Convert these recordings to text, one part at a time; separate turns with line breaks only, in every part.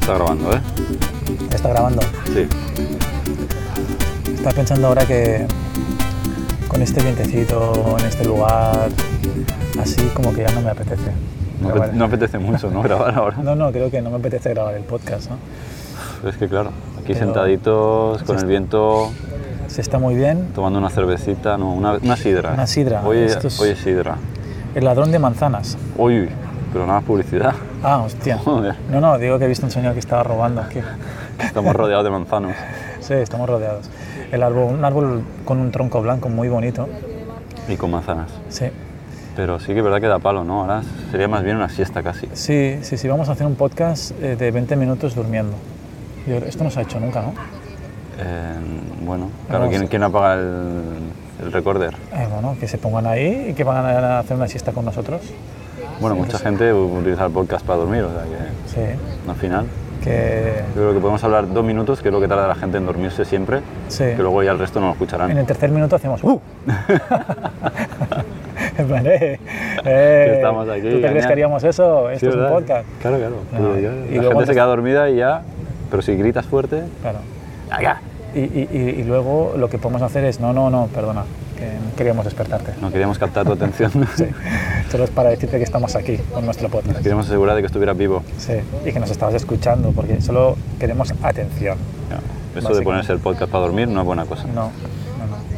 Está grabando, ¿eh?
Está grabando.
Sí.
Estaba pensando ahora que con este vientecito, en este lugar, así como que ya no me apetece.
No,
grabar.
apete- no apetece mucho, ¿no? Grabar ahora.
No, no, creo que no me apetece grabar el podcast. ¿no?
Pero es que claro, aquí
Pero-
sentaditos, con
Sí.
el viento,
Se está muy bien.
tomando una cervecita, no, una, una sidra.
Una sidra,
Hoy,
esto es-
hoy es sidra.
El ladrón de manzanas.
Uy, pero nada, publicidad.
Ah, hostia.
Joder,
No, no, digo que he visto un señor que estaba robando aquí.
estamos rodeados de manzanos.
Sí, estamos rodeados. El árbol, un árbol con un tronco blanco muy bonito.
Y con manzanas.
Sí,
Pero sí que es verdad que da palo, ¿no? Ahora sería más bien una siesta casi.
sí, sí, sí. Vamos a hacer un podcast eh, de 20 minutos durmiendo. Yo- esto no se ha hecho nunca, ¿no?
Eh, bueno, claro,
Vamos.
¿quién, quién apaga el, el recorder?
Eh, bueno, que se pongan ahí y que van a hacer una siesta con nosotros.
Bueno, mucha gente utiliza el podcast para dormir, o sea que
Sí,
al final.
que
Yo creo que podemos hablar dos minutos, que es lo que tarda la gente en dormirse siempre,
Sí.
que luego ya el resto no lo escucharán.
en el tercer minuto hacemos ¡Uh! En plan, eh, eh,
estamos aquí,
¿Tú te crees
genial.
que haríamos eso?
Sí,
Esto es un
¿verdad?
podcast.
Claro, claro.
No,
Y,
y
la
luego
gente
antes-
se queda dormida y ya, pero si gritas fuerte, ¡ah,
Claro.
¡acá!
Y, y- y- y luego lo que podemos hacer es, no, no, no, perdona, que no queríamos despertarte.
No queríamos captar tu atención,
Sí. Solo es para decirte que estamos aquí con nuestro podcast.
queríamos asegurar de que estuvieras vivo.
Sí, y que nos estabas escuchando, porque solo queremos atención.
Ya. Eso de
Básicamente.
ponerse el podcast para dormir no es buena cosa.
No, no, no.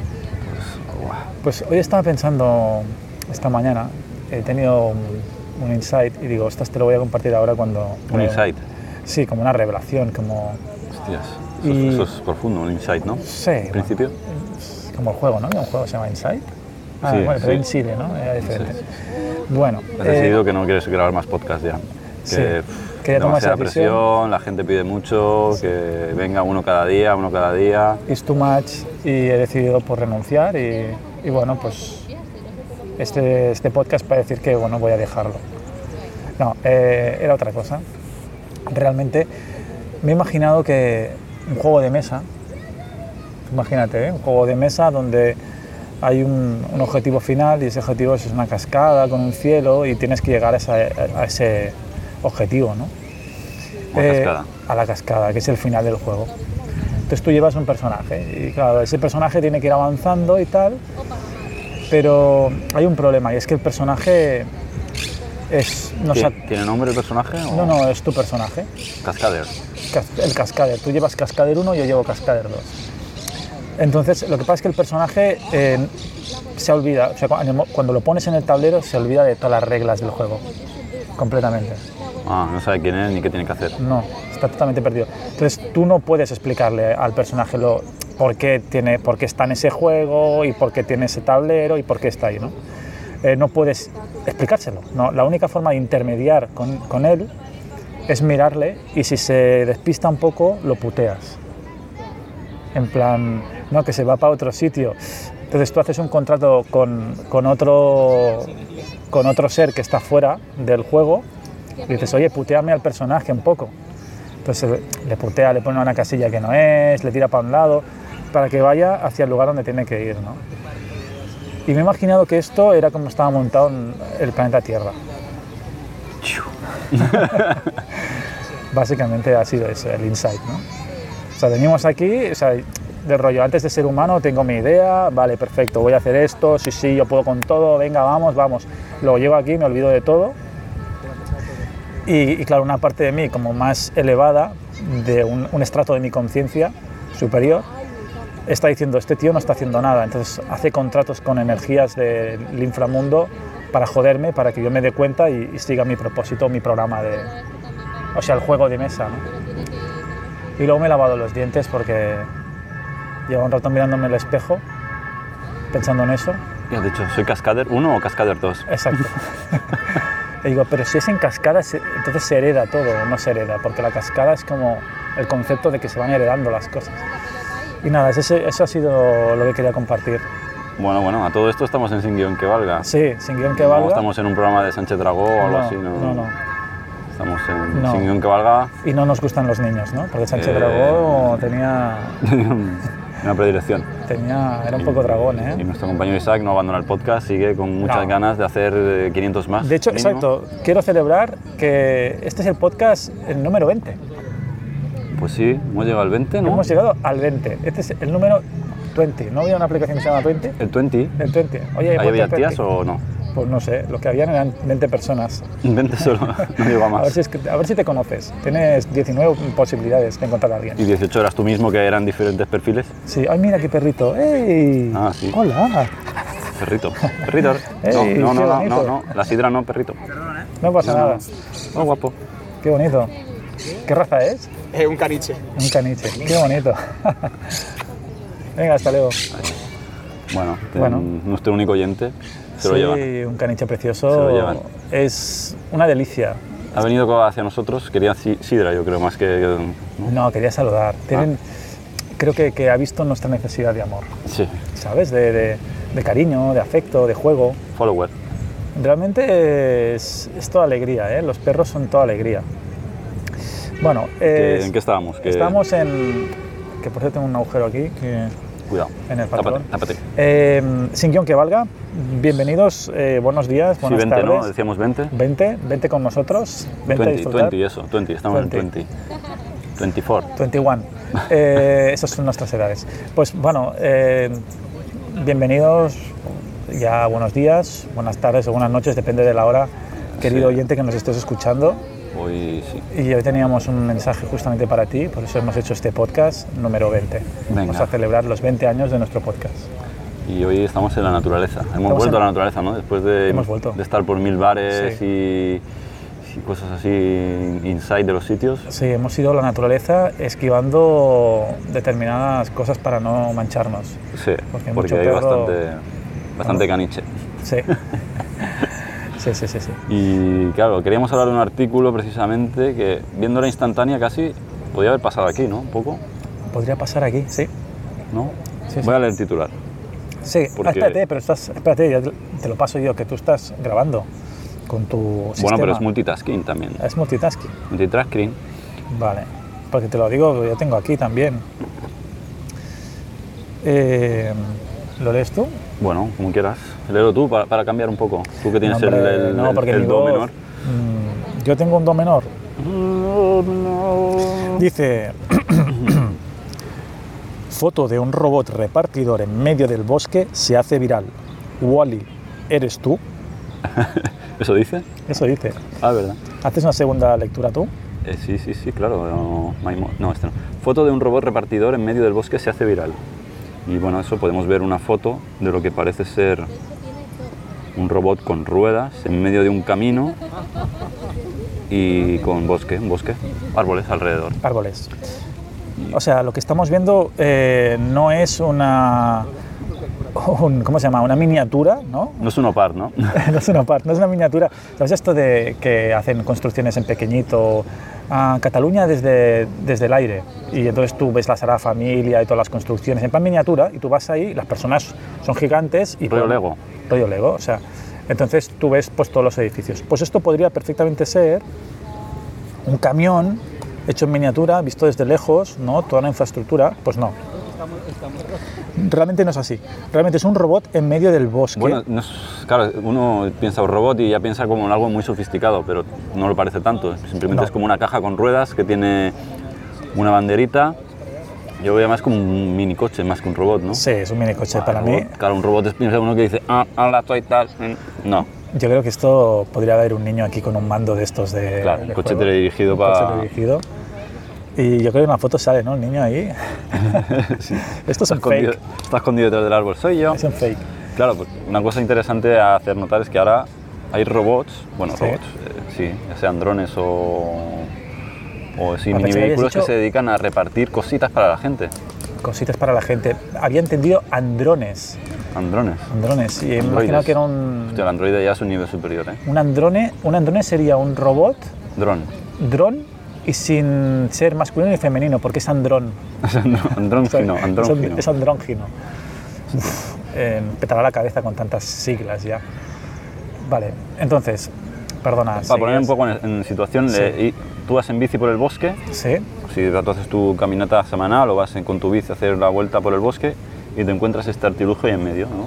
Pues hoy estaba pensando, esta mañana, he tenido un, un insight y digo, ostras, te lo voy a compartir ahora cuando...
Un insight.
Sí, como una revelación, como...
Hostias, eso,
Y-
es- eso es profundo, un insight, ¿no?
Sí,
En principio.
como el juego, ¿no? Un juego que se llama Insight. Ah,
Sí,
bueno, pero
sí.
Inside, ¿no? Era diferente.
Sí,
Bueno,
Has
eh,
decidido que no quieres grabar más podcast ya.
sí,
Que,
que ya tomas
demasiada
esa decisión.
presión, la gente pide mucho, que venga uno cada día, uno cada día.
es too much y he decidido por renunciar y, y bueno, pues este, este podcast para decir que bueno, voy a dejarlo. No, eh, era otra cosa. Realmente me he imaginado que un juego de mesa, imagínate, ¿eh? un juego de mesa donde hay un, un objetivo final y ese objetivo es una cascada con un cielo y tienes que llegar a, esa- a ese objetivo, ¿no? Eh,
Una cascada.
A la cascada, que es el final del juego. Entonces tú llevas un personaje y claro, ese personaje tiene que ir avanzando y tal, pero hay un problema y es que el personaje es... No,
¿Tie-
se
¿Tiene, nombre el personaje?
ha-
o-
no, no, es tu personaje.
Cascader.
Cas- el cascader. Tú llevas cascader 1, yo llevo cascader 2. Entonces, lo que pasa es que el personaje eh, se olvida, o sea, cu- en el mo- cuando lo pones en el tablero se olvida de todas las reglas del juego, completamente.
Ah, no sabe quién es ni qué tiene que hacer.
No, está totalmente perdido. Entonces, tú no puedes explicarle al personaje lo, por, qué tiene, por qué está en ese juego y por qué tiene ese tablero y por qué está ahí, ¿no? Eh, no puedes explicárselo. ¿no? La única forma de intermediar con, con él es mirarle y si se despista un poco, lo puteas. En plan, no, que se va para otro sitio. Entonces tú haces un contrato con, con otro, con otro ser que está fuera del juego y dices, oye, puteame al personaje un poco. Entonces eh, le putea, le pone una casilla que no es, le tira para un lado, para que vaya hacia el lugar donde tiene que ir. ¿no? Y me he imaginado que esto era como estaba montado en el planeta Tierra. Básicamente ha sido eso, el insight. ¿no? O sea, venimos aquí, o sea, del rollo, antes de ser humano tengo mi idea, vale, perfecto, voy a hacer esto, sí, sí, yo puedo con todo, venga, vamos, vamos. Luego llego aquí, me olvido de todo. Y, y claro, una parte de mí como más elevada, de un, un estrato de mi conciencia superior, está diciendo, este tío no está haciendo nada, entonces hace contratos con energías del inframundo para joderme, para que yo me dé cuenta y, y siga mi propósito, mi programa de... O sea, el juego de mesa. ¿no? Y luego me he lavado los dientes porque llevo un rato mirándome el espejo, pensando en eso.
Y has dicho, ¿soy Cascader 1 o Cascader 2?
Exacto. y digo, pero si es en cascada, se- entonces se hereda todo, o no se hereda, porque la cascada es como el concepto de que se van heredando las cosas. Y nada, eso, eso ha sido lo que quería compartir.
Bueno, bueno, a todo esto estamos en Sin Guión que Valga.
Sí, sin guión que
no
valga.
estamos en un programa de Sánchez Dragó o algo
no,
así, ¿no?
no, no.
Estamos en
No.
Sin Guión que Valga.
Y no nos gustan los niños, ¿no? Porque Sánchez
Eh,
Dragó tenía...
una predilección.
Tenía, era un poco dragón,
Y
¿eh?
nuestro compañero Isaac no abandona el podcast, sigue con muchas
No.
ganas de hacer eh, 500 más.
De hecho,
mínimo.
exacto, quiero celebrar que este es el podcast el número 20.
Pues sí, hemos llegado al 20, ¿no?
Hemos llegado al 20. Este es el número 20. ¿No había una aplicación que se llama 20?
El 20.
El 20. Oye,
¿Ahí
ponte
había
20.
tías o no?
Pues no sé, los que habían eran 20 personas.
20 solo, no digo
A ver,
más.
si es que- a ver si te conoces. Tienes 19 posibilidades de encontrar a alguien.
Y 18 eras tú mismo, que eran diferentes perfiles.
Sí, ay, mira qué perrito. ¡Ey!
Ah, sí.
Hola.
Perrito. Perrito.
Ey,
no,
qué
no, no, no,
bonito.
no, La sidra no, perrito.
No pasa nada.
Oh, guapo.
Qué bonito. ¿Qué raza es?
Es un caniche.
Un caniche. Qué bonito. Venga, hasta luego.
Bueno,
Bueno.
ten- nuestro único oyente se lo
sí,
llevan.
un caniche precioso.
Se lo llevan.
Es una delicia.
Ha venido co- hacia nosotros, quería si- sidra, yo creo, más que.
No, quería saludar.
Ah.
Tienen, Creo que, que ha visto nuestra necesidad de amor,
Sí,
¿sabes? De, de- de cariño, de afecto, de juego.
follower.
Realmente es, es toda alegría, ¿eh? Los perros son toda alegría. Bueno,
¿Qué-
es-
¿En qué estábamos? Que-
estamos en... Que por cierto tengo un agujero aquí. que-
Cuidado.
en el
tápate,
pantalón.
tápate. Sí,
Eh, sin guión que valga, bienvenidos, eh, buenos días, buenas
20, ¿no?
tardes.
Decíamos 20.
20, 20 con nosotros. 20 a
20,
disfrutar.
20, eso, 20, estamos
20.
en 20. 24.
21. Eh, esas son nuestras edades. Pues bueno, eh, bienvenidos, ya buenos días, buenas tardes o buenas noches, depende de la hora, querido
Sí.
oyente que nos estés escuchando.
Hoy sí.
Y hoy teníamos un mensaje justamente para ti, por eso hemos hecho este podcast número 20.
Venga.
Vamos a celebrar los 20 años de nuestro podcast.
Y hoy estamos en la naturaleza. Hemos
Estamos
vuelto
en-
a la naturaleza, ¿no? Después de,
Hemos vuelto.
de estar por mil bares
Sí.
y, y cosas así inside de los sitios.
Sí, hemos ido a la naturaleza esquivando determinadas cosas para no mancharnos.
Sí, porque,
Porque hay mucho
hay
perro-
bastante, bastante caniche.
Sí. sí, sí, sí, sí.
Y claro, queríamos hablar de un artículo precisamente que, viendo la instantánea casi, podía haber pasado aquí, ¿no? Un poco,
Podría pasar aquí, sí.
¿no?
Sí, sí.
Voy a leer el titular.
Sí, ah,
Porque-
espérate, eh, pero estás, espérate, ya te te lo paso yo, que tú estás grabando con tu
Bueno,
sistema.
pero es multitasking también.
Es multitasking,
Multitasking.
vale. Porque te lo digo, yo tengo aquí también. Eh, ¿Lo lees tú?
Bueno, como quieras. Léelo tú para, para cambiar un poco. Tú que tienes el,
Hombre,
el-
no,
el-
porque
el
mi
do
voz-
menor.
Mm, yo tengo un do menor. Dice, foto de un robot repartidor en medio del bosque se hace viral. Wally, ¿eres tú?
¿Eso dice?
Eso dice.
Ah, verdad.
¿Haces una segunda lectura tú?
Eh, sí, sí, sí, claro. No, no hay mo- no, este no. Foto de un robot repartidor en medio del bosque se hace viral. Y bueno, eso podemos ver una foto de lo que parece ser un robot con ruedas en medio de un camino y con bosque, un bosque, árboles alrededor.
Árboles. O sea, lo que estamos viendo eh, no es una... un- ¿Cómo se llama? Una miniatura, ¿no?
No es un opar, ¿no?
no es una parte, no es una miniatura. ¿Sabes esto de que hacen construcciones en pequeñito? A Cataluña desde, desde el aire. Y entonces tú ves la Sagrada Familia y todas las construcciones en plan miniatura y tú vas ahí, las personas son gigantes y...
Rollo
ponen-
Lego.
Rollo Lego, o sea... Entonces tú ves pues, todos los edificios. Pues esto podría perfectamente ser un camión hecho en miniatura, visto desde lejos, ¿no? Toda la infraestructura, pues no. Realmente no es así. Realmente es un robot en medio del bosque.
Bueno, no es- claro, uno piensa un robot y ya piensa como en algo muy sofisticado, pero no lo parece tanto. Simplemente
No.
es como una caja con ruedas que tiene una banderita. Yo veo más como un mini coche, más que un robot, ¿no?
Sí, es un minicoche para
Un
mí.
robot- Claro, un robot es piensa uno que dice, ah, hola, soy tal. mm". No,
Yo creo que esto podría haber un niño aquí con un mando de estos de.
Claro, un
de
coche
juego.
teledirigido
Un
pa-
coche teledirigido. Y yo creo que en la foto sale, ¿no? El niño ahí. Esto es
está
un
escondido,
fake.
está escondido detrás del árbol, soy yo.
Es un fake.
Claro, pues una cosa interesante a hacer notar es que ahora hay robots, bueno,
Sí.
robots, eh, sí, ya sean drones o, o sí,
Perfecto,
mini
habías
vehículos que
dicho-
se dedican a repartir cositas para la gente.
Cositas para la gente. Había entendido andrones.
Andrones.
Andrones. Y he imaginado
Androides.
que era un.
Hostia, el androide ya es un nivel superior, ¿eh?
Un androne. Un androne sería un robot,
Dron.
dron y sin ser masculino ni femenino, porque es andrón.
andrón
O sea,
fino, andrón
es,
fino.
and- es andrógino. em, Uf, eh, petará la cabeza con tantas siglas ya. Vale, entonces, Perdona.
Para
seguías.
poner un poco en, en situación,
Sí.
le- y- tú vas en bici por el bosque,
Sí,
si tú haces tu caminata semanal o vas en- con tu bici a hacer la vuelta por el bosque y te encuentras este artilugio ahí en medio, ¿no?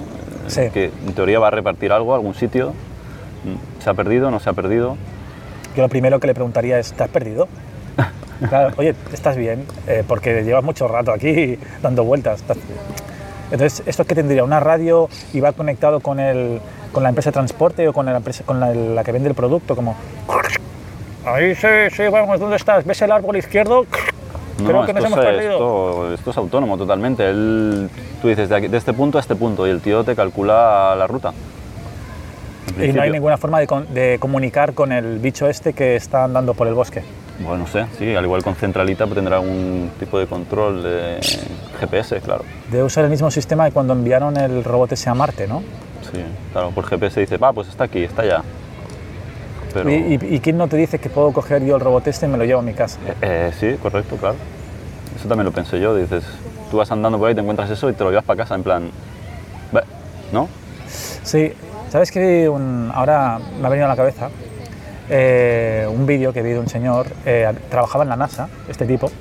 Eh,
Sí.
que en teoría va a repartir algo a algún sitio. Mm, ¿Se ha perdido? ¿No se ha perdido?
yo lo primero que le preguntaría es, ¿te has perdido? Claro, oye, ¿estás bien? Eh, porque llevas mucho rato aquí dando vueltas. Estás- Entonces, ¿esto qué tendría? ¿Una radio y va conectado con, el, con la empresa de transporte o con la, empresa, con la, la que vende el producto? Como... Ahí sí, sí, vamos, ¿dónde estás? ¿Ves el árbol izquierdo? Creo que nos
esto
hemos
es-
perdido.
Esto, esto es autónomo totalmente. Él, tú dices de, aquí- de este punto a este punto y el tío te calcula la ruta. En
Y no hay
principio.
ninguna forma de, con- de comunicar con el bicho este que está andando por el bosque.
Bueno, no sé, sí, al igual con Centralita pues, tendrá algún tipo de control de GPS, claro.
Debe usar el mismo sistema de cuando enviaron el robot ese a Marte, ¿no?
Sí, claro, por GPS dice, va, pues está aquí, está allá. Pero,
¿Y, y- y quién no te dice que puedo coger yo el robot este y me lo llevo a mi casa?
Eh, eh, sí, correcto, claro. Eso también lo pensé yo, dices, tú vas andando por ahí, te encuentras eso y te lo llevas para casa en plan, "Ve", ¿no?
Sí, ¿sabes que vi un- ahora me ha venido a la cabeza eh, un vídeo que vi de un señor, eh, trabajaba en la NASA, este tipo,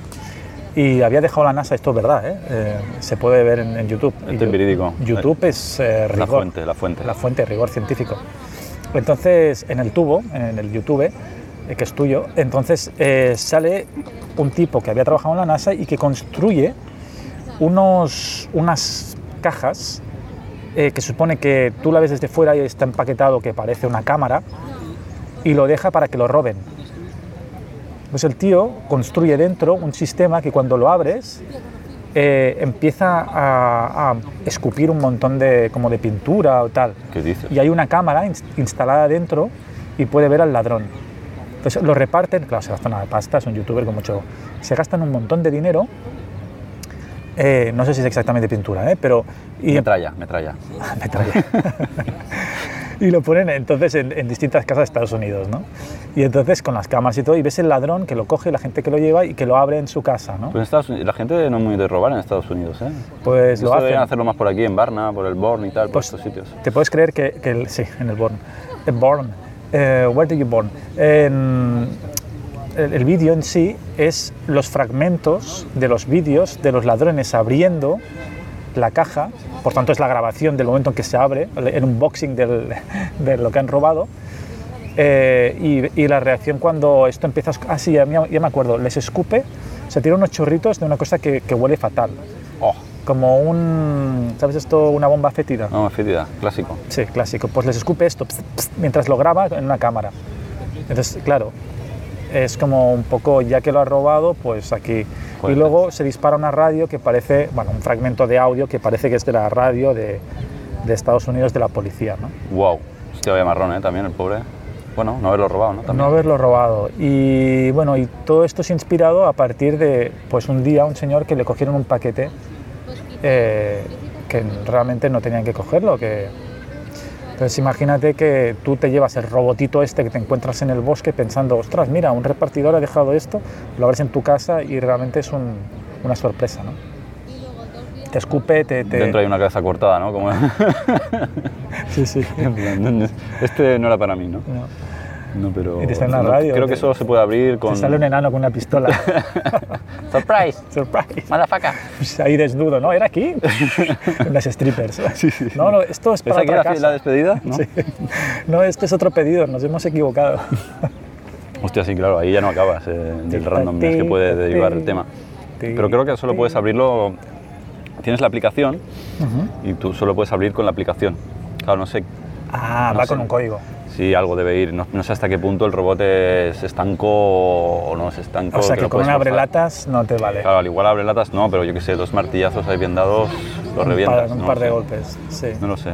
y había dejado la NASA, esto es verdad, ¿eh? Eh, se puede ver en, en YouTube.
Esto
Y
es
yo-
verídico.
YouTube es eh,
La
rigor.
fuente, la fuente.
la fuente de rigor científico. Entonces, en el tubo, en el YouTube, eh, que es tuyo, entonces eh, sale un tipo que había trabajado en la NASA y que construye unos, unas cajas eh, que supone que tú la ves desde fuera y está empaquetado que parece una cámara y lo deja para que lo roben. Entonces el tío construye dentro un sistema que cuando lo abres eh, empieza a, a escupir un montón de, como de pintura o tal.
¿Qué dices?
Y hay una cámara ins- instalada dentro y puede ver al ladrón. Entonces lo reparten, claro, se gastan una pasta, es un youtuber con mucho... Se gastan un montón de dinero, eh, no sé si es exactamente pintura, ¿eh? pero... y-
Metralla, metralla.
metralla. y lo ponen entonces en, en distintas casas de Estados Unidos, ¿no? Y entonces con las cámaras y todo, y ves el ladrón que lo coge, la gente que lo lleva y que lo abre en su casa, ¿no?
Pues en Estados Unidos, la gente no es muy de robar en Estados Unidos, ¿eh?
Pues
Eso
lo hacen.
deberían hacerlo más por aquí, en Varna, por el Born y tal, por
Pues-
estos sitios.
¿Te puedes creer que, que el, sí, en el Born? En Born. Eh, where did you born? En- el, el vídeo en sí es los fragmentos de los vídeos de los ladrones abriendo la caja, por tanto es la grabación del momento en que se abre, el unboxing del- de lo que han robado, eh, y, y la reacción cuando esto empieza a... esc- Ah, sí, ya, me- ya me acuerdo, les escupe, se tiran unos chorritos de una cosa que, que huele fatal,
Oh,
como un... ¿Sabes esto? Una bomba fétida.
no, Fidida, clásico.
Sí, clásico. Pues les escupe esto pst, pst, mientras lo graba en una cámara. Entonces, claro, es como un poco, ya que lo ha robado, pues aquí.
Joder.
Y luego se dispara una radio que parece, bueno, un fragmento de audio que parece que es de la radio de, de Estados Unidos de la policía, ¿no?
Wow. Hostia, vaya marrón, ¿eh? También el pobre. Bueno, no haberlo robado, ¿no?
No
También.
haberlo robado. Y bueno, y todo esto es inspirado a partir de, pues un día, un señor que le cogieron un paquete eh, que realmente no tenían que cogerlo. Que... Entonces imagínate que tú te llevas el robotito este que te encuentras en el bosque pensando, ostras, mira, un repartidor ha dejado esto, lo abres en tu casa y realmente es un- una sorpresa, ¿no? Te escupe, te... te-
Dentro hay una cabeza cortada, ¿no? Como...
Sí, sí.
en plan, este no era para mí, ¿no?
No.
No, pero...
Y te sale una
no,
radio,
Creo que
te-
solo se puede abrir con...
Te sale un em- enano con una pistola.
¡Surprise!
Surprise.
¡Madafaca!
Pues ahí desnudo, ¿no? ¿Era aquí? Las strippers.
Sí, sí, sí.
No, no, esto es
¿Esa
para
aquí
otra
era
casa.
la despedida? ¿No?
Sí. No, esto es otro pedido, nos hemos equivocado.
Hostia, sí, claro, ahí ya no acabas eh, del randomness que puede derivar el tema. Pero creo que solo puedes abrirlo... Tienes la aplicación
Ujú.
y tú solo puedes abrir con la aplicación. Claro, no sé
Ah,
No
va
sé.
con un código.
si algo debe ir. No, no sé hasta qué punto el robot es estanco o no es estanco.
O sea que
lo
con
puedes
una
forzar.
abrelatas no te vale.
Claro, al igual abre latas no, pero yo qué sé, dos martillazos ahí bien dados, lo
un
revientas.
par, un
no
par
lo
de
sé.
golpes, sí.
No lo sé.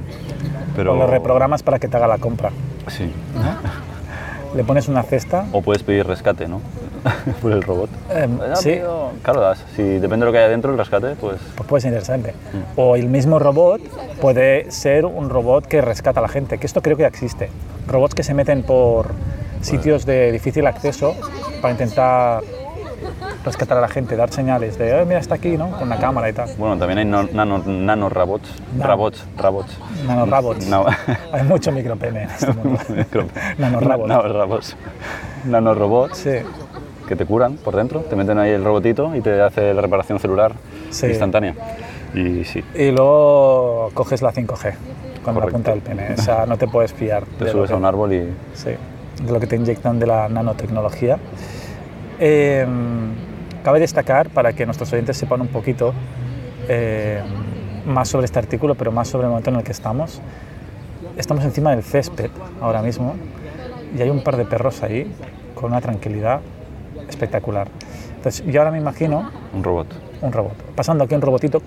Pero...
O lo reprogramas para que te haga la compra.
Sí.
Le pones una cesta.
O puedes pedir rescate, ¿no? Por el robot.
em,
Ah,
sí,
Claro, das. Si depende de lo que haya dentro, el rescate, pues...
pues puede ser interesante.
Mm.
O el mismo robot puede ser un robot que rescata a la gente, que esto creo que ya existe. Robots que se meten por sitios de difícil acceso para intentar rescatar a la gente, dar señales de, "Eh, mira, está aquí, ¿no? Con la cámara y tal.
Bueno, también hay no- nano, nanorobots.
Nano.
Rabots, rabots.
Nanorobots.
No.
Hay mucho micropene en este mundo. Nanorobots.
Nanorobots. Nanorobots
Sí,
que te curan por dentro, te meten ahí el robotito y te hace la reparación celular
Sí.
instantánea. Y sí,
y luego coges la 5G con la
Correcto.
punta del pene. O sea, no te puedes fiar.
te
de lo
subes
que-
a un árbol y
Sí, de lo que te inyectan de la nanotecnología. Eh, cabe destacar, para que nuestros oyentes sepan un poquito eh, más sobre este artículo, pero más sobre el momento en el que estamos, estamos encima del césped ahora mismo y hay un par de perros ahí con una tranquilidad espectacular. Entonces, yo ahora me imagino
un robot.
un robot, pasando aquí un robotito,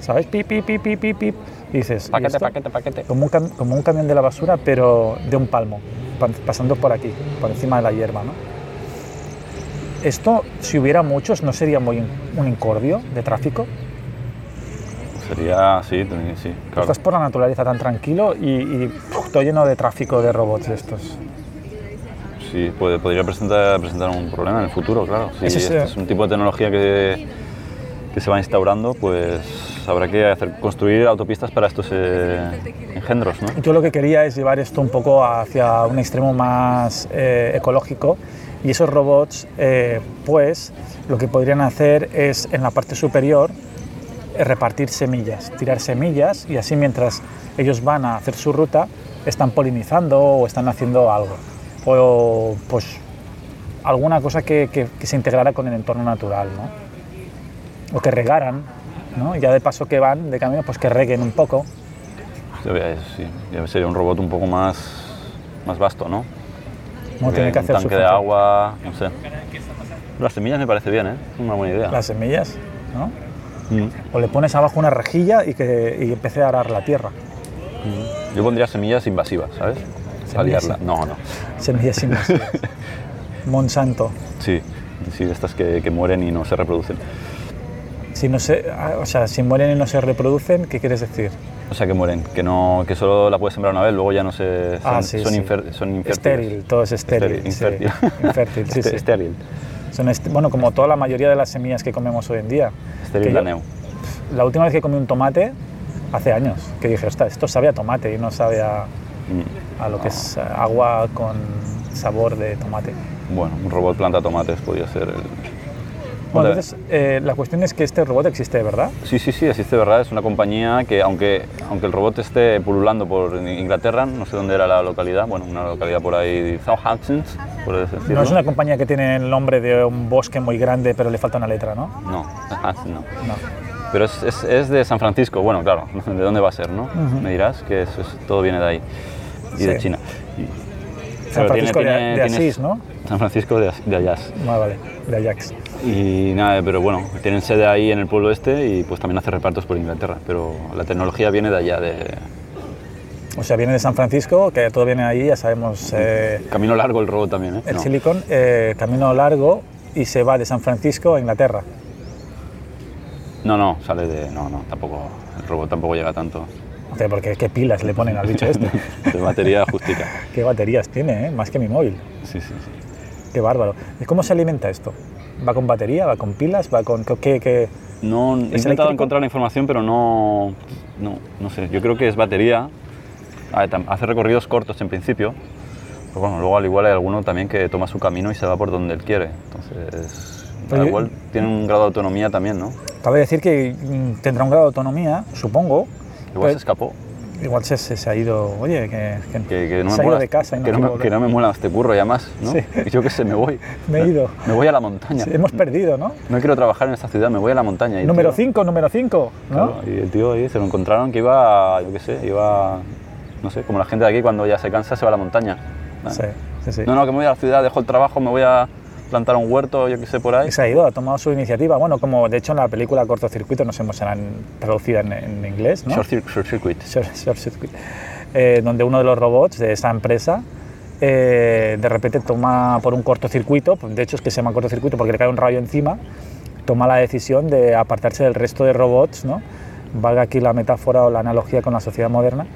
¿sabes? Pip, pip, pip, pip, pip, pip. Y dices, ¿y
Paquete,
esto?
paquete, paquete.
como un, cam- como un camión de la basura, pero de un palmo, pan- pasando por aquí, por encima de la hierba. ¿no? Esto, si hubiera muchos, ¿no sería muy in- un incordio de tráfico?
Sería, sí, te- sí,
Tú
claro.
Estás por la naturaleza tan tranquilo y, y puf, todo lleno de tráfico de robots de estos.
Sí, puede- podría presentar, presentar un problema en el futuro, claro. Si
Eso sí.
este es un tipo de tecnología que, que se va instaurando, pues habrá que hacer, construir autopistas para estos eh, engendros, ¿no?
Yo lo que quería es llevar esto un poco hacia un extremo más eh, ecológico y esos robots, eh, pues, lo que podrían hacer es en la parte superior eh, repartir semillas, tirar semillas y así mientras ellos van a hacer su ruta están polinizando o están haciendo algo o pues alguna cosa que, que- que se integrara con el entorno natural, ¿no? O que regaran, ¿no? Ya de paso que van de camino, pues que reguen un poco.
Ya veis, sí, ya sería un robot un poco más, más vasto, ¿no?
No
Porque
tiene que
un
hacer su
tanque de
función.
agua, no sé. Las semillas me parece bien, ¿eh? Es una buena idea.
las semillas, ¿no?
Mm.
O le pones abajo una rejilla y que y empiece a arar la tierra.
Yo pondría semillas invasivas, ¿sabes? Para
Semillas
liarla.
in-
No, no.
Semillas invasivas. Monsanto.
Sí, sí, de estas que, que mueren y no se reproducen.
Si no se, ah, o sea, si mueren y no se reproducen, ¿qué quieres decir?
O sea, que mueren, que no, que solo la puedes sembrar una vez, luego ya no se. Son,
Ah, sí,
son,
sí.
infer- son infértiles.
Estéril, todo es estéril. sí.
Estéril, infértil.
Infértil, sí,
Este-
sí.
Estéril.
Son est- bueno, como toda la mayoría de las semillas que comemos hoy en día.
Estéril
Que yo-
laneu.
la última vez que comí un tomate, hace años, que dije, "Ostras, esto sabe a tomate y no sabe a,
Mm.
a lo que es eh, agua con sabor de tomate.
Bueno, un robot planta tomates podría ser el. Otra-
Bueno, entonces, eh, la cuestión es que este robot existe, de ¿verdad?
Sí, sí, sí, existe, ¿verdad? Es una compañía que, aunque, aunque el robot esté pululando por In- Inglaterra, no sé dónde era la localidad, bueno, una localidad por ahí, Southampton, por decirlo.
No es una compañía que tiene el nombre de un bosque muy grande, pero le falta una letra, ¿no?
No, Southampton no.
No.
Pero es, es- es de San Francisco, bueno, claro, ¿de dónde va a ser, no? Me dirás que eso es- todo viene de ahí y de
Sí.
China. Y-
San
pero tiene-
Francisco de-
tiene-
de
tiene-
Asís, ¿no?
San Francisco de, As- de Allás.
Ah, vale, de Ajax.
Y nada, pero bueno, tienen sede ahí en el pueblo este y pues también hace repartos por Inglaterra, pero la tecnología viene de allá, de
O sea, viene de San Francisco, que todo viene ahí, ya sabemos, eh,
camino largo el robot también, ¿eh?
el
No.
Silicon, eh, camino largo y se va de San Francisco a Inglaterra.
No, no, sale de. No, no, tampoco. El robot tampoco llega tanto.
O sea, porque qué pilas le ponen al bicho este.
De batería justica.
qué baterías tiene, ¿eh? Más que mi móvil.
Sí, sí, sí.
Qué bárbaro. ¿Y cómo se alimenta esto? ¿Va con batería? ¿Va con pilas? ¿Va con qué? qué?
No, he intentado
eléctrico?
encontrar la información, pero no, no. No sé. Yo creo que es batería. Ah, tam- Hace recorridos cortos en principio. Pero bueno, luego al igual hay alguno también que toma su camino y se va por donde él quiere. Entonces.
Pero
Al
yo-
igual tiene un grado de autonomía también, ¿no?
Cabe decir que mm, tendrá un grado de autonomía, supongo.
Igual
pero-
se escapó.
Igual se, se, se ha ido, oye, que, que-
Que, que no me
se ha ido
mola.
de casa y no
que, no
quiere
me, que
volver.
no me mola este curro ya más, ¿no?
Sí.
Y Yo qué sé, me voy.
Me he ido.
Me voy a la montaña.
Sí, Hemos perdido, ¿no?
No quiero trabajar en esta ciudad, me voy a la montaña. Y el
Número
tío-
5, número 5, ¿no?
Claro, y el tío ahí se lo encontraron que iba, yo qué sé, iba, no sé, como la gente de aquí cuando ya se cansa se va a la montaña. ¿no?
Sí, sí, sí.
No, no, que me voy a la ciudad, dejo el trabajo, me voy a plantar un huerto, yo qué sé, por ahí.
Y se ha ido, ha tomado su iniciativa. Bueno, como de hecho en la película Cortocircuito nos hemos traducida en, en inglés, ¿no?
Short, cir- short circuit.
Short- Short Circuit. Eh, donde uno de los robots de esa empresa eh, de repente toma por un cortocircuito, de hecho es que se llama cortocircuito porque le cae un rayo encima, toma la decisión de apartarse del resto de robots, ¿no? valga aquí la metáfora o la analogía con la sociedad moderna,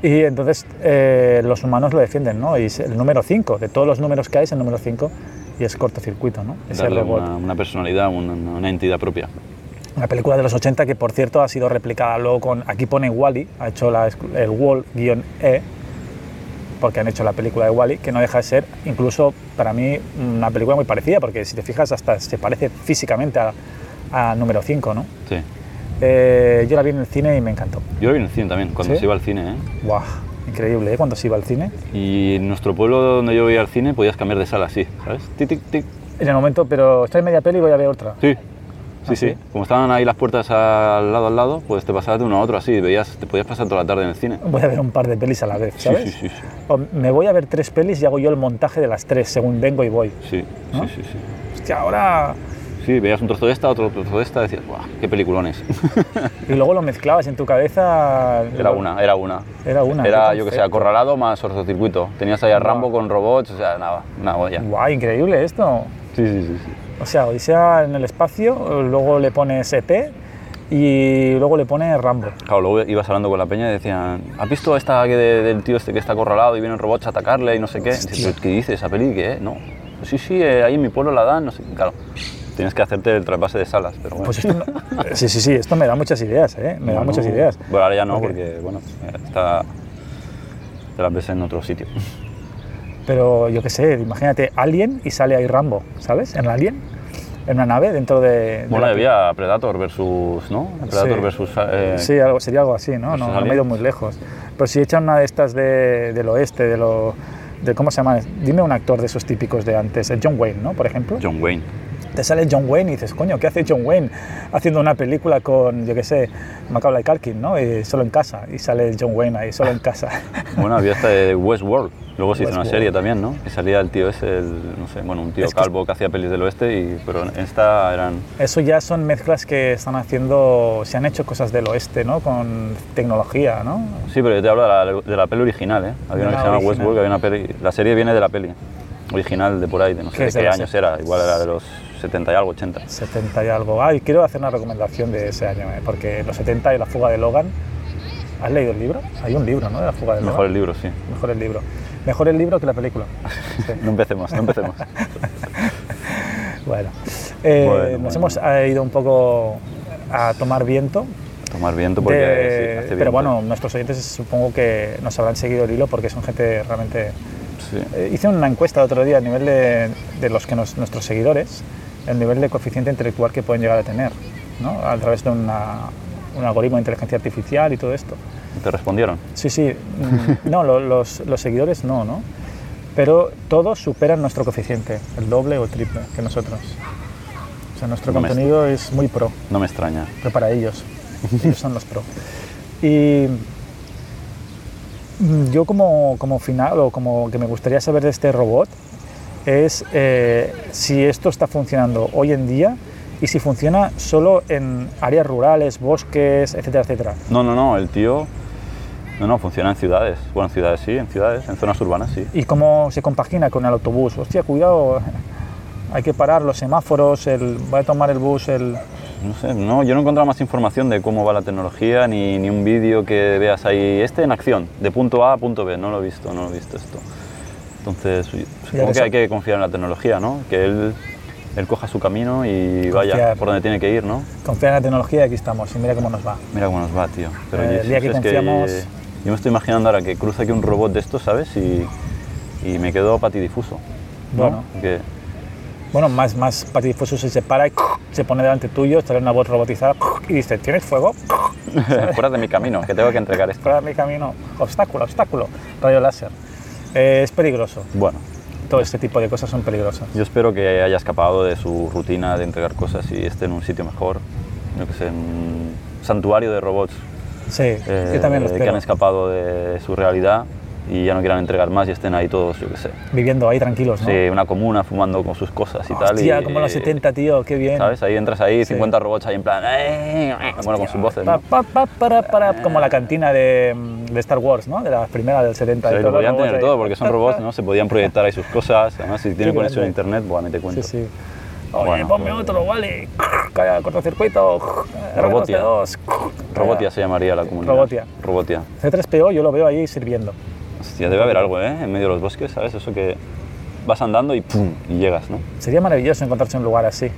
y entonces eh, los humanos lo defienden, ¿no? y es el número 5, de todos los números que hay es el número 5 y es cortocircuito, ¿no? Ese
darle
robot.
una, una personalidad, una, una entidad propia.
Una película de los 80 que, por cierto, ha sido replicada luego con. Aquí pone Wally, ha hecho la, exclu- el Wall-E, porque han hecho la película de Wally, que no deja de ser, incluso para mí, una película muy parecida, porque si te fijas, hasta se parece físicamente a, a número 5, ¿no?
Sí.
Eh, yo la vi en el cine y me encantó.
Yo lo vi en el cine también, cuando
¿Sí?
se iba al cine. ¿eh?
¡Guau! Increíble, ¿eh? Cuando se iba al cine.
Y en nuestro pueblo donde yo iba al cine podías cambiar de sala así, ¿sabes? Tic, tic, tic.
En el momento, pero estoy en media peli y voy a ver otra.
Sí. Sí,
¿Ah,
sí,
sí?
Como estaban ahí las puertas al lado al lado, pues te pasabas de uno a otro así, y veías, te podías pasar toda la tarde en el cine.
Voy a ver un par de pelis a la vez,
Sí,
¿sabes?
sí, sí, sí.
O me voy a ver tres pelis y hago yo el montaje de las tres, según vengo y voy.
Sí,
¿No?
sí, sí, sí.
Hostia, ahora
Sí, veías un trozo de esta, otro trozo de esta, decías, ¡guau! ¡Qué peliculones!
Y luego lo mezclabas en tu cabeza.
era una, era una. ¿eh?
Era una.
Era,
qué
yo que sé,
perfecto.
acorralado más circuito. Tenías ahí a
Guau.
Rambo con robots, o sea, nada, una olla.
Guau, increíble esto.
Sí, sí, sí. sí.
O sea, Odisea en el espacio, luego le pones ET y luego le pones Rambo.
Claro, luego ibas hablando con la peña y decían, ¿has visto esta que de- del tío este que está acorralado y vienen robots a atacarle y no sé qué? Y dices,
Hostia.
"¿Pero ¿Qué dices? ¿Esa peli qué? No. Pues sí, sí, eh, ahí en mi pueblo la dan, no sé qué. Claro, tienes que hacerte el traspase de salas, pero bueno.
Pues esto. no- sí, sí, sí, esto me da muchas ideas, ¿eh? Me da
Bueno,
muchas ideas.
Bueno, ahora ya no,
Ok.
porque, bueno, eh, está... Te la ves en otro sitio.
Pero yo qué sé, imagínate Alien y sale ahí Rambo, ¿sabes? En Alien, en una nave dentro de. de
Bueno,
la-
había Predator versus, ¿no? Predator versus... eh,
Sí, algo, sería algo así, ¿no? No,
versus
no me he ido
aliens.
muy lejos. Pero si echan una de estas de- del oeste, de lo. De, ¿Cómo se llama? Dime un actor de esos típicos de antes, el John Wayne, ¿no? Por ejemplo.
John Wayne.
Te sale John Wayne y dices, coño, ¿qué hace John Wayne haciendo una película con, yo qué sé, Macaulay Culkin, ¿no? Y solo en casa. Y sale John Wayne ahí, solo en casa.
Bueno, había esta de Westworld. Luego se hizo una
Westworld.
serie también, ¿no? Que salía el tío ese, el- no sé, bueno, un tío
Es que-
calvo que hacía pelis del oeste, y, pero en esta eran...
Eso ya son mezclas que están haciendo, se han hecho cosas del oeste, ¿no? Con tecnología, ¿no?
Sí, pero yo te hablo de la, de la peli original, ¿eh? Había
De
una que
la
se llama
Ah, original.
Westworld, que había una peli... La serie viene de la peli original de por ahí, de no
Que
sé de
es de
qué
los
años era. Igual era de los 70 y algo, 80.
70 y algo. Ay, quiero hacer una recomendación de ese año, ¿eh? porque los 70 y la fuga de Logan. ¿Has leído el libro? Hay un libro, ¿no? De la fuga de
Mejor
Logan.
el libro, sí.
Mejor el libro. Mejor el libro que la película.
No empecemos, no empecemos.
Bueno, eh,
Bueno,
nos
bueno.
hemos eh, ido un poco a tomar viento.
Tomar viento porque
de-
sí, hace
pero
viento.
bueno, nuestros oyentes supongo que nos habrán seguido el hilo porque son gente realmente...
Sí.
Eh, hice una encuesta el otro día a nivel de, de los que nos- nuestros seguidores, el nivel de coeficiente intelectual que pueden llegar a tener, ¿no? A través de una- un algoritmo de inteligencia artificial y todo esto.
¿Te respondieron?
Sí, sí. mm, No, lo- los, los seguidores no, ¿no? Pero todos superan nuestro coeficiente, el doble o el triple que nosotros. O sea, nuestro
No me-
contenido es muy pro,
No me extraña.
pero para ellos. Ellos son los pro. Y mm, yo como, como final, o como que me gustaría saber de este robot, es eh, si esto está funcionando hoy en día y si funciona solo en áreas rurales, bosques, etcétera, etcétera.
No, no, no, el tío... No, no, funciona en ciudades. Bueno, en ciudades sí, en ciudades, en zonas urbanas sí.
¿Y cómo se compagina con el autobús? Hostia, cuidado, hay que parar los semáforos, el, voy a tomar el bus, el...
No sé, no, yo no he encontrado más información de cómo va la tecnología, ni, ni un vídeo que veas ahí, este en acción, de punto A a punto B, no lo he visto, no lo he visto esto. Entonces, yo- supongo
ves.
que hay que confiar en la tecnología, ¿no? Que él, él coja su camino y vaya
Confiar.
por donde tiene que ir, ¿no?
Confía en la tecnología y aquí estamos, y mira cómo nos va.
Mira cómo nos va, tío. Pero
Eh, el
Jesús,
día que
es
confiamos-
yo me estoy imaginando ahora que cruza aquí un robot de estos, ¿sabes? Y, y me quedo patidifuso. ¿no?
Bueno.
Porque-
Bueno, más, más patidifuso se separa y se pone delante tuyo, sale una voz robotizada y dice, ¿tienes fuego?
fuera de mi camino, que tengo que entregar esto.
Para mi camino, obstáculo, obstáculo, rayo láser. Eh, es peligroso,
Bueno,
todo este tipo de cosas son peligrosas.
Yo espero que haya escapado de su rutina de entregar cosas y esté en un sitio mejor, yo que sé, en un santuario de robots
Sí,
eh,
yo también lo
que han
espero.
escapado de su realidad y ya no quieran entregar más y estén ahí todos, yo que sé.
Viviendo ahí tranquilos, ¿no?
Sí, una comuna fumando con sus cosas y tal.
Hostia,
y, eh,
como los 70, tío, qué bien.
¿Sabes? Ahí entras ahí,
Sí.
50 robots ahí en plan... "Eh", bueno, con sus voces,
Pa,
¿no?
pa, pa, para, para, como la cantina de, de Star Wars, ¿no? De la primera del 70.
O sea,
y
lo
todo,
podían
¿no?
tener
Ahí.
todo porque son robots, ¿no? Se podían proyectar ahí sus cosas. Además, si tienen
grande.
conexión a internet, bueno, ni te cuento.
Sí, sí. Oye,
Bueno. pues,
ponme otro, vale. Calla, cortocircuito.
Robotia.
Dos.
Robotia se llamaría la comunidad.
Robotia.
Robotia.
C3PO yo lo veo ahí sirviendo.
Hostia, debe haber algo, ¿eh? En medio de los bosques, ¿sabes? Eso que vas andando y ¡pum! y llegas, ¿no?
Sería maravilloso encontrarse en un lugar así.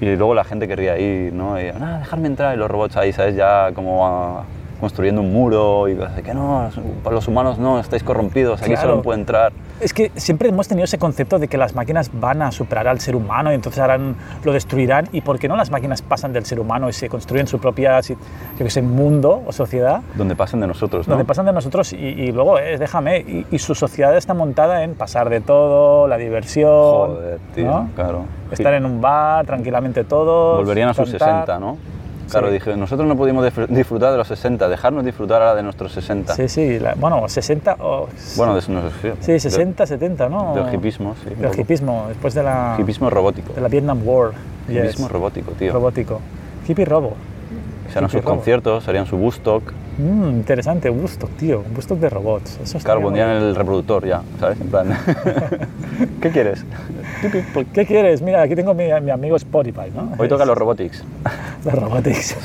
Y luego la gente querría ir, ¿no? Y, nada, dejarme entrar. Y los robots ahí, ¿sabes? Ya como ah, construyendo un muro y cosas de que no, los humanos no, estáis corrompidos, aquí
Claro.
solo puede entrar.
Es que siempre hemos tenido ese concepto de que las máquinas van a superar al ser humano y entonces harán, lo destruirán. ¿Y por qué no las máquinas pasan del ser humano y se construyen su propia, si- yo que sé, mundo o sociedad?
Donde pasen de nosotros, ¿no?
Donde pasan de nosotros y, y luego, eh, déjame, y, y su sociedad está montada en pasar de todo, la diversión,
Joder, tío,
¿no?
claro.
estar en un bar tranquilamente todos.
Volverían a sus
cantar.
60, ¿no? Claro, dije, nosotros no pudimos dif- disfrutar de los 60, dejarnos disfrutar ahora de nuestros 60.
Sí, sí, la- bueno, 60 o...
Bueno, de eso no sé,
sí, 60, 70, ¿no?
Del hipismo, sí. un
Del
poco.
hipismo, después de la,
Hipismo robótico.
de la Vietnam War. yes.
Hipismo robótico, tío.
robótico. Hippie robo.
Se harán sus
hipismo.
conciertos, harían su Woodstock.
Mm, interesante, Woodstock, tío. Woodstock de robots.
Claro,
Eso estaría
pondrían
muy-
el reproductor ya, ¿sabes? En plan, ¿qué quieres?
¿Qué quieres? Mira, aquí tengo mi, mi amigo Spotify, ¿no?
Hoy toca los robotics.
De robotics.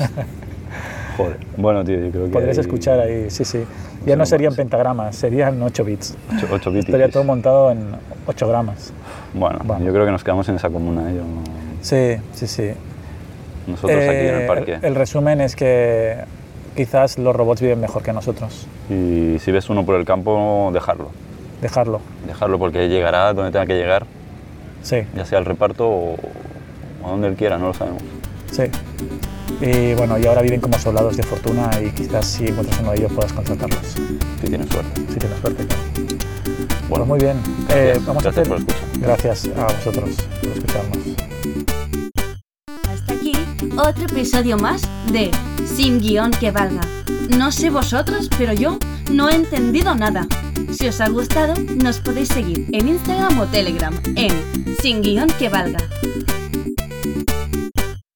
Joder. Bueno, tío, yo creo que...
Podrías escuchar ahí, sí, sí. Ya no
no
serían pentagramas, serían 8 bits.
8 bits.
Estaría todo montado en 8 gramas.
Bueno,
Bueno.
yo creo que nos quedamos en esa comuna, ¿eh? Yo no-
Sí, sí, sí.
Nosotros aquí en
Eh,
el parque.
El, resumen es que quizás los robots viven mejor que nosotros.
Y si ves uno por el campo, dejarlo.
Dejarlo.
Dejarlo porque llegará donde tenga que llegar,
Sí,
ya sea al reparto o o a donde él quiera, no lo sabemos.
sí. Y bueno, y ahora viven como soldados de fortuna y quizás si encuentras uno de ellos puedas contratarlos.
Si tienes suerte.
Si tienes suerte, claro. Bueno,
Bueno,
muy bien.
gracias.
Eh, vamos a
Gracias
hacer-
por escuchar.
Gracias a vosotros por escucharnos.
Hasta aquí otro episodio más de Sin guión que valga. No sé vosotros, pero yo no he entendido nada. Si os ha gustado, nos podéis seguir en Instagram o Telegram en Sin guión que valga.